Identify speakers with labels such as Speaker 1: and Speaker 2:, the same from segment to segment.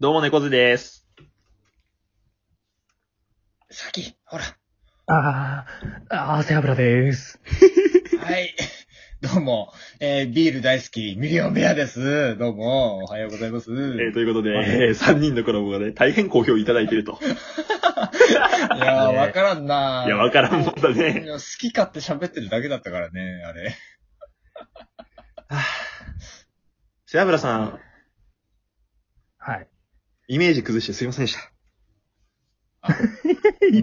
Speaker 1: どうも、猫背です。
Speaker 2: 先、ほら。
Speaker 3: ああ、汗油です。
Speaker 2: はい。 どうも、えービール大好き、ミリオンベアです。どうも、おはようございます。
Speaker 1: えーということで、え3人のコラボがね、大変好評いただいていると。
Speaker 2: いやー、
Speaker 3: ね
Speaker 2: わからんない
Speaker 1: や、わからんもんだ
Speaker 2: い
Speaker 1: ね。
Speaker 2: や好き勝手喋ってるだけだったからね、あれ。
Speaker 1: 背脂さん、
Speaker 3: はい。
Speaker 1: イメージ崩してすいませんでした。
Speaker 2: 本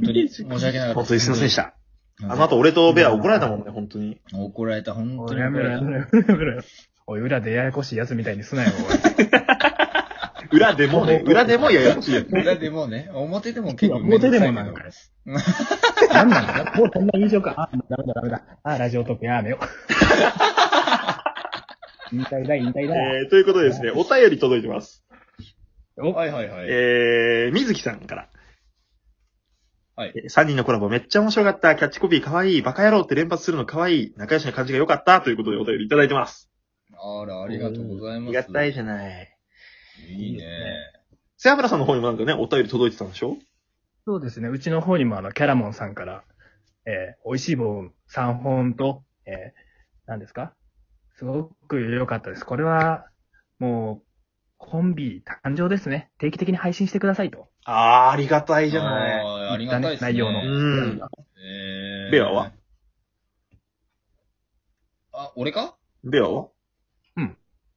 Speaker 2: 当に、申し訳なかった。
Speaker 1: 本当にすいませんでした。
Speaker 2: うん。
Speaker 1: あの後、俺とベア怒られたもんね、本当に。
Speaker 2: 怒られた、本
Speaker 3: お
Speaker 2: 当
Speaker 3: い、
Speaker 2: に
Speaker 3: や
Speaker 2: 怒
Speaker 3: め
Speaker 2: ら
Speaker 3: ろ
Speaker 2: れ
Speaker 3: や
Speaker 2: た。
Speaker 3: めろやめろやめろ。 おい、裏でややこしいやつみたいにすなよ、
Speaker 1: 裏でもね、裏でもややこしいやつ。
Speaker 2: 裏でもね、表でも
Speaker 3: おい。
Speaker 2: 結構面倒く
Speaker 3: 表で
Speaker 2: さい
Speaker 3: も
Speaker 2: けど
Speaker 3: なんか。なんなんだもうこんな印象か。あ、ダメだダメだ。あ、ラジオトークやめ よう。引退だ、引退だ。
Speaker 1: えーということでですね、お便り届いてます。
Speaker 3: お、
Speaker 2: はいはいはい。
Speaker 1: えー、水木さんから。
Speaker 2: はい
Speaker 1: えー。3人のコラボめっちゃ面白かった。キャッチコピーかわいい。バカ野郎って連発するのかわいい。仲良しの感じが良かった。ということでお便りいただいてます。
Speaker 2: あら、ありがとうござい
Speaker 1: あ
Speaker 2: ます。
Speaker 1: りがたいじゃない。
Speaker 2: いいね。
Speaker 1: 背脂さんの方にもなんかね、お便り届いてたんでしょ
Speaker 3: そうですね。うちの方にもあの、キャラモンさんから、えー、美味しい棒3本と、えー、何ですかすごく良かったです。これは、もう、コンビ誕生ですね。定期的に配信してくださいと。
Speaker 1: あー、ありがたいじゃ
Speaker 2: あ
Speaker 1: ない。
Speaker 2: ーありがたいですね。
Speaker 3: 内容の。
Speaker 1: うん
Speaker 2: えー
Speaker 1: ベアは
Speaker 2: あ、俺か
Speaker 1: では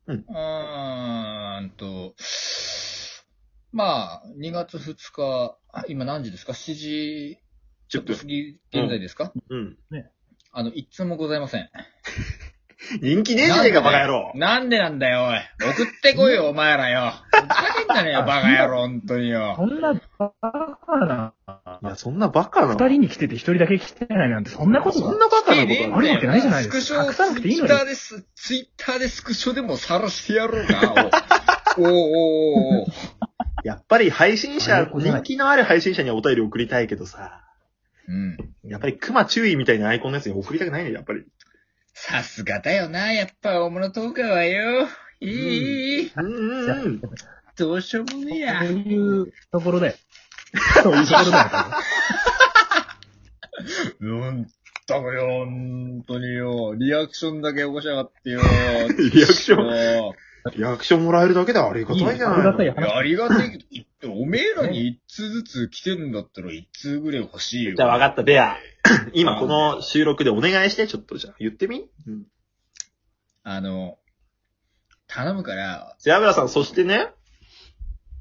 Speaker 2: うーんと、まあ、2月2日、あ今何時ですか ?7 時ちょっと過ぎ現在ですか、
Speaker 1: うん。
Speaker 2: あの、一通もございません。
Speaker 1: 人気ねえじゃねえか、バカ野郎。
Speaker 2: なんでなんだよ、おい。送ってこいよ、お前らよ。ふざけんなねえよ、バカ野郎、本当によ。
Speaker 3: そんなバカない
Speaker 1: や、そんなバカな。
Speaker 3: 二人に来てて一人だけ来てないなんて、そんなこと
Speaker 1: そん
Speaker 3: が
Speaker 1: なバカなこ
Speaker 3: あ
Speaker 1: と
Speaker 3: るわけないじゃない
Speaker 2: ス
Speaker 3: で
Speaker 2: ク
Speaker 3: す
Speaker 2: シ
Speaker 3: か
Speaker 2: ョ
Speaker 3: 隠さなくていいの
Speaker 2: ツイ
Speaker 3: に
Speaker 2: ッターです。ツイッターでスクショでも晒してやろうか。 おうおうおうおう
Speaker 1: やっぱり配信者、人気のある配信者にはお便り送りたいけどさ、
Speaker 2: うん。
Speaker 1: やっぱり熊注意みたいなアイコンのやつに送りたくないね、やっぱり。
Speaker 2: さすがだよな、やっぱ大物トーカーはよ。いい、いい、
Speaker 1: うんうんうん。
Speaker 2: どうしようもねえや
Speaker 3: そう。いうところだよ。そういうところだよ。
Speaker 2: うん、だめよ、本当によ。リアクションだけ起こしやが ってよ。
Speaker 1: リアクション、
Speaker 2: ン
Speaker 1: リアクションもらえるだけでありが
Speaker 3: 多分いい
Speaker 1: たいじゃない
Speaker 3: ありがたい
Speaker 2: いや、
Speaker 3: 話。
Speaker 2: ありがたいけどいって、おめえらに一通ずつ来てるんだったら一通ぐらい欲しいよ。
Speaker 1: じゃあ分かった、ベ ア。今この収録でお願いして、ちょっとじゃあ言ってみうん。
Speaker 2: あの、頼むから、
Speaker 1: 背脂さん、そしてね、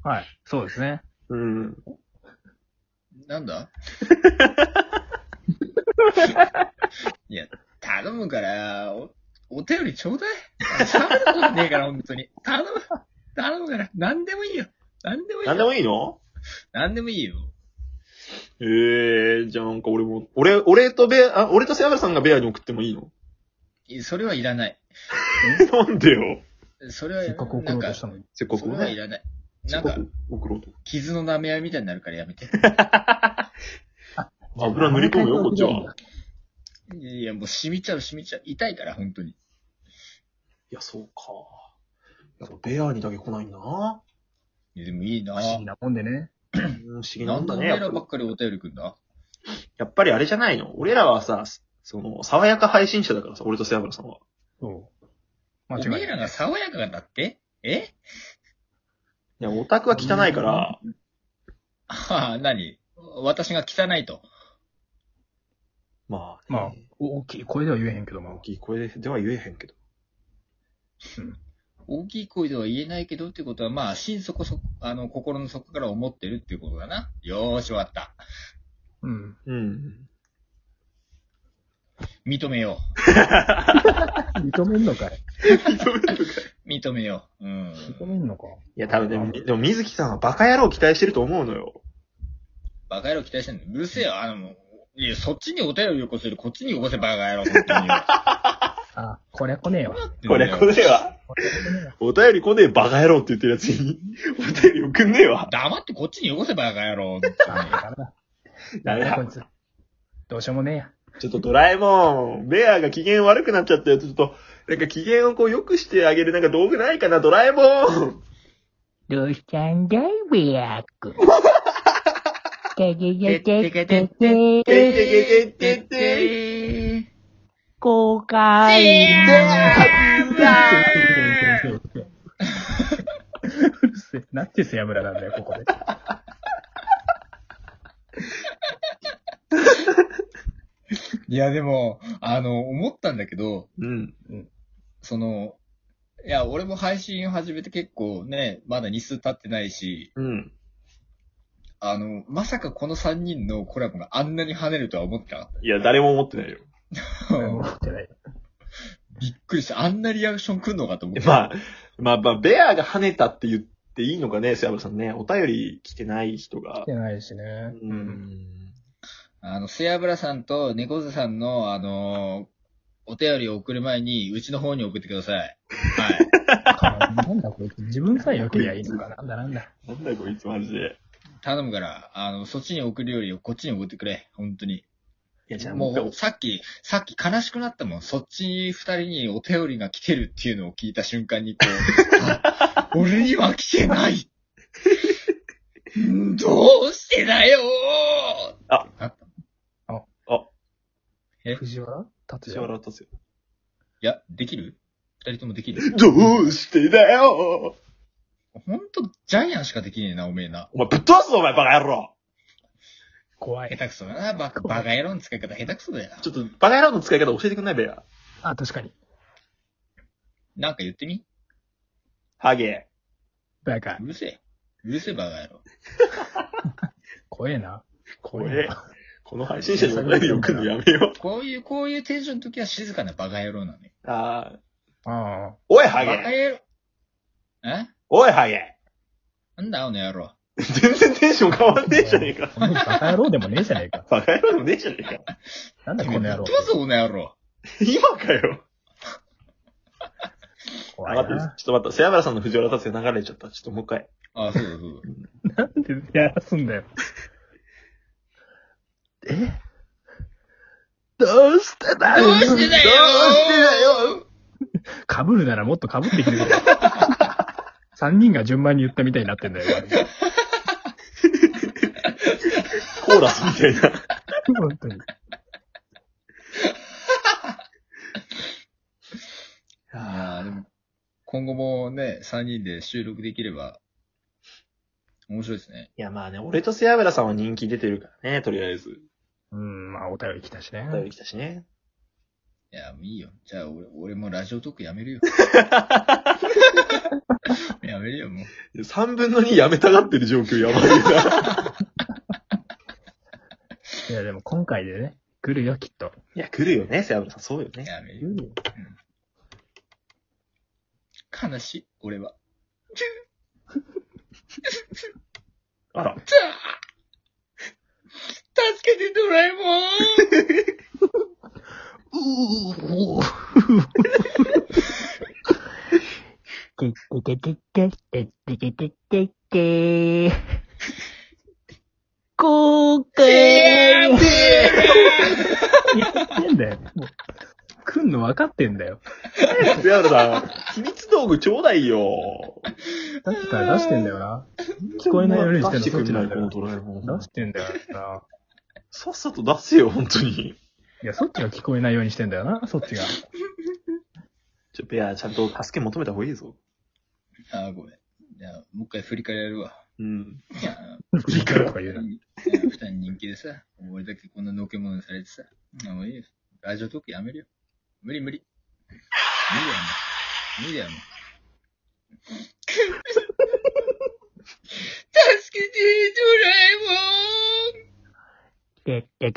Speaker 3: はい。そうですね。
Speaker 1: うん。
Speaker 2: な んだいや、頼むから、お、お便りちょうだい。喋ることねえから、本当に。頼む。頼むから、なんでもいいよ。なんでもいい
Speaker 1: なんでも
Speaker 2: い。
Speaker 1: いいの
Speaker 2: なんでもいいよ。
Speaker 1: ええー、じゃあなんか俺も、俺、俺とベア、あ、俺と背脂さんがベアに送ってもいいの
Speaker 2: いそれはいらない。
Speaker 1: なんでよ。
Speaker 2: それは、
Speaker 3: せっかく送
Speaker 2: な
Speaker 3: ろ
Speaker 2: ん
Speaker 3: う
Speaker 2: か、
Speaker 3: とし
Speaker 2: そ
Speaker 3: たのに。
Speaker 1: せっかく
Speaker 2: れはい
Speaker 1: ね。
Speaker 2: らない。
Speaker 1: せっ
Speaker 2: なん
Speaker 1: か
Speaker 2: か、
Speaker 1: く送ろうと。
Speaker 2: 傷の舐め合いみたいになるからやめて。
Speaker 1: 油塗り込むよ、こっちは。
Speaker 2: いや、もう染みちゃう、染みちゃう。痛いから、本当に。
Speaker 1: いや、そうか。やっぱベアにだけ来ないな。
Speaker 2: いやでもいいな
Speaker 3: 不思議なもんでね。
Speaker 1: うん不思議な
Speaker 2: なんんで
Speaker 1: だ
Speaker 2: お
Speaker 1: ね。
Speaker 2: 前
Speaker 1: やっ
Speaker 2: ら
Speaker 1: ぱ
Speaker 2: ばっかりお便りくんだ
Speaker 1: やっぱりあれじゃないの。俺らはさ、その、爽やか配信者だからさ、俺と背脂さんは。
Speaker 3: そう。
Speaker 2: お
Speaker 3: 間違いな
Speaker 2: 前
Speaker 3: い
Speaker 2: らが爽やかだってえ
Speaker 1: いや、オタクは汚いから、
Speaker 2: ああ、 何私が汚いと。
Speaker 1: まあ、
Speaker 3: まあ、お大きい声では言えへんけど、まあ
Speaker 1: 大、きい声では言えへんけど。
Speaker 2: 大きい声では言えないけどってことは、まあ、心底そ、あの、心の底から思ってるっていうことだな。よーし、終わった。
Speaker 3: うん。
Speaker 1: うん。
Speaker 2: 認めよ
Speaker 3: 認めんのかい
Speaker 2: う。認めよう。うん。
Speaker 3: 認めんのか。
Speaker 1: いや、多分でも、でも水木さんはバカ野郎を期待してると思うのよ。
Speaker 2: バカ野郎期待してんの。うるせえよ、あの、もういや、そっちにお便りよこせる、こっちによこせ、バカ野郎、本当によ。
Speaker 3: あ、こりゃ来ねえわ。
Speaker 1: これ、これは、
Speaker 3: こりゃ来ねえわ
Speaker 1: お便り来ねえバカ野郎って言ってるやつに、お便り送んねえわ。
Speaker 2: 黙ってこっちによこせ、バカ野郎。
Speaker 3: あダメだ。
Speaker 1: ダ
Speaker 3: ダ
Speaker 1: メだ
Speaker 3: メだ、こいつ。どうしようもねえや。
Speaker 1: ちょっとドラえもん、ベアが機嫌悪くなっちゃったよ。ちょっと、なんか機嫌をこう良くしてあげるなんか道具ないかな、ドラえもん。
Speaker 4: どうしたんだい、ウェア君。てげげてげ
Speaker 1: て
Speaker 4: て
Speaker 1: て
Speaker 4: て、
Speaker 1: てててて
Speaker 4: 公開。
Speaker 3: うるせえ。なんてセアムラなんだよ、ここで。
Speaker 2: いや、でも、あの、思ったんだけど、
Speaker 1: うん。
Speaker 2: その、いや、俺も配信を始めて結構ね、まだ日数経ってないし、
Speaker 1: うん。
Speaker 2: あの、まさかこの3人のコラボがあんなに跳ねるとは思ってなかっ
Speaker 1: いや、誰も思ってないよ。
Speaker 2: た。
Speaker 3: 思ってない。
Speaker 2: びっくりした。あんなリアクション来んのかと思って。
Speaker 1: まあ、まあ、まあ、ベアが跳ねたって言っていいのかね、セアブラさんね。お便り来てない人が
Speaker 3: 来。てないしね。
Speaker 1: う。
Speaker 2: あの、セアブラさんと猫背さんの、あのーお便りを送る前に、うちの方に送ってください。はい。
Speaker 3: なんだこいつ、自分さえ良けりゃいいのか。なんだなんだ。
Speaker 1: なんだよこいつマジで。
Speaker 2: 頼むから、あの、そっちに送るより、こっちに送ってくれ。本当に。
Speaker 1: いや、じゃあも
Speaker 2: もう、
Speaker 1: う、
Speaker 2: さっき、さっき悲しくなったもん。そっちに二人にお便りが来てるっていうのを聞いた瞬間に、こ う、俺には来てないんどうしてだよ
Speaker 1: あ
Speaker 2: なった
Speaker 3: あ
Speaker 1: あ
Speaker 2: え
Speaker 3: 藤原達
Speaker 1: 私
Speaker 3: 也。
Speaker 1: 笑ったっすよ。
Speaker 2: いや、できる二人ともできる
Speaker 1: どうしてだよ
Speaker 2: ほんと、ジャイアンしかできねえな、おめえな。
Speaker 1: お前ぶっ飛ばすぞ、お前バカ野郎
Speaker 3: 怖
Speaker 2: 下
Speaker 3: い。
Speaker 2: 手くそだな、バカ、バカ野郎の使い方下手くそだよ。
Speaker 1: ちょっと、バカ野郎の使い方教えてくんない、ベア。
Speaker 3: あ、確かに。
Speaker 2: なんか言ってみ
Speaker 1: ハゲ。
Speaker 3: バカ
Speaker 2: う。るせえ。うるせえ、バカ野郎。
Speaker 3: 怖えな。
Speaker 1: こ
Speaker 3: 怖え
Speaker 1: れ
Speaker 3: な。、
Speaker 1: この配信者にお便り送るのやめよう。
Speaker 2: こういう、こういうテンションの時は静かなバカ野郎なのよ。
Speaker 1: あー
Speaker 3: あ
Speaker 1: おい、ハ
Speaker 2: バカ
Speaker 1: ゲ
Speaker 2: 野郎。え
Speaker 1: おい、ハゲ
Speaker 2: なんだ、あの野郎。
Speaker 1: 全然テンション変わんねえじゃねえか。
Speaker 3: あ。このバカ野郎でもねえじゃねえか。
Speaker 1: バカ野郎でもねえじゃねえか。
Speaker 3: なんだ
Speaker 2: て
Speaker 3: こ
Speaker 2: めえ
Speaker 3: の
Speaker 2: ぶっ飛
Speaker 3: 野郎。
Speaker 2: ばすぞ、この野郎。
Speaker 1: 今かよ。
Speaker 3: 怖
Speaker 1: 待
Speaker 3: い
Speaker 1: って、ちょ
Speaker 3: な。
Speaker 1: っと待った。背脂さんの藤原達也流れちゃった。ちょっともう一回。
Speaker 2: あ、そうだ、そうだ。
Speaker 3: なんでやらすんだよ。え どうしてだ
Speaker 2: どうしてだよ
Speaker 1: どうしてだよ
Speaker 3: かぶるならもっとかぶってきて くれ。三人が順番に言ったみたいになってんだよ。
Speaker 1: コーラスみたいな。
Speaker 3: 本当に。
Speaker 2: いやーでも、今後もね、3人で収録できれば、面白いですね。
Speaker 1: いや、まあね、俺と背脂さんは人気出てるからね、とりあえず。
Speaker 3: うん、まあお便り来たしね
Speaker 1: お。便り来たしね。
Speaker 2: いや、もういいよ。じゃあ、俺、俺もラジオトークやめるよ。やめるよ、もう。
Speaker 1: 3分の2やめたがってる状況やばいな。
Speaker 3: いやでも今回でね、来るよきっと。
Speaker 1: いや、来るよね、セアブラさん。そうよね。
Speaker 2: やめる
Speaker 1: 来
Speaker 2: よ。
Speaker 1: るよ
Speaker 2: 悲しい、俺は。
Speaker 1: あら。
Speaker 2: 助けて、ドラえもん
Speaker 4: ててててててててててて。公開。
Speaker 3: 言ってんだよ。もう来んの分かってんだよ。
Speaker 1: セ アブラさん、秘密道具ちょうだいよ。
Speaker 3: だから出してんだよな。聞こえないようにしてんの
Speaker 1: 出してくんない、こ
Speaker 3: そっちなんだよ
Speaker 1: のドラえもん
Speaker 3: 出。してんだよな。
Speaker 1: さっさと出せよ、本当に。
Speaker 3: いや、そっちが聞こえないようにしてんだよな、そっちが。
Speaker 1: ちょ、ペア、ちゃんと助け求めた方がいいぞ。
Speaker 2: あー、ごめん。じゃあ、もう一回振り返りやるわ。
Speaker 1: うん。
Speaker 2: いや
Speaker 3: 振り返とか言うな。
Speaker 2: いや二人人気でさ、俺だけこんなのけ者にされてさ、もういいよ。ラジオトークやめるよ。無理無理。無理だよ、もう。無理だよ、もう。助けて、
Speaker 4: てててててて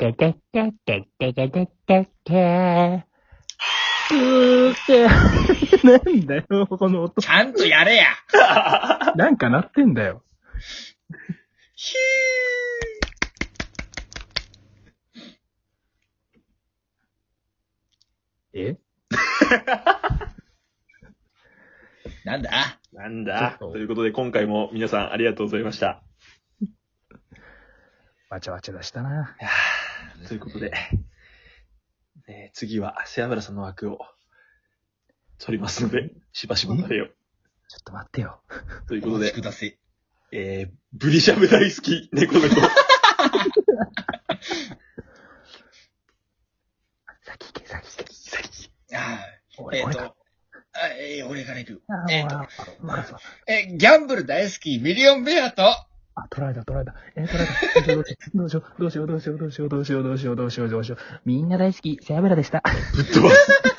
Speaker 4: ててててて。公開。
Speaker 3: なんだよ、この音。
Speaker 2: ドラえもんちゃんとやれや
Speaker 3: なんか鳴ってんだよ。
Speaker 2: ヒュー
Speaker 3: え
Speaker 2: なんだ
Speaker 1: なんだ。
Speaker 3: ちょっと
Speaker 1: ということで、今回も皆さんありがとうございました。
Speaker 3: わちゃわちゃ出したな。
Speaker 1: ということで、えー 次は、セアブラさんの枠を取りますので、しばしば待たれよ。
Speaker 3: ちょっと待ってよ。
Speaker 1: という
Speaker 2: お
Speaker 1: こと
Speaker 2: 待ち
Speaker 1: で、
Speaker 2: ください。
Speaker 1: えー、ブリシャブ大好き、猫の子。
Speaker 3: 先行け、先行け。
Speaker 2: あー
Speaker 3: 俺
Speaker 2: えっ、
Speaker 3: 俺
Speaker 2: と
Speaker 3: か。、
Speaker 2: あえー俺から行く。
Speaker 3: あ
Speaker 2: えっと
Speaker 3: あまあそう
Speaker 2: えー、ギャンブル大好き、ミリオンベアと、
Speaker 3: あ、捉えた、捉えた。えー、捉えた。どうしよう、どうしよう、どうしよう、どうしよう、どうしよう、どうしよう、どうしよう、どうしよう、どうしよう。みんな大好き、背脂でした。
Speaker 1: ぶっ飛ばす。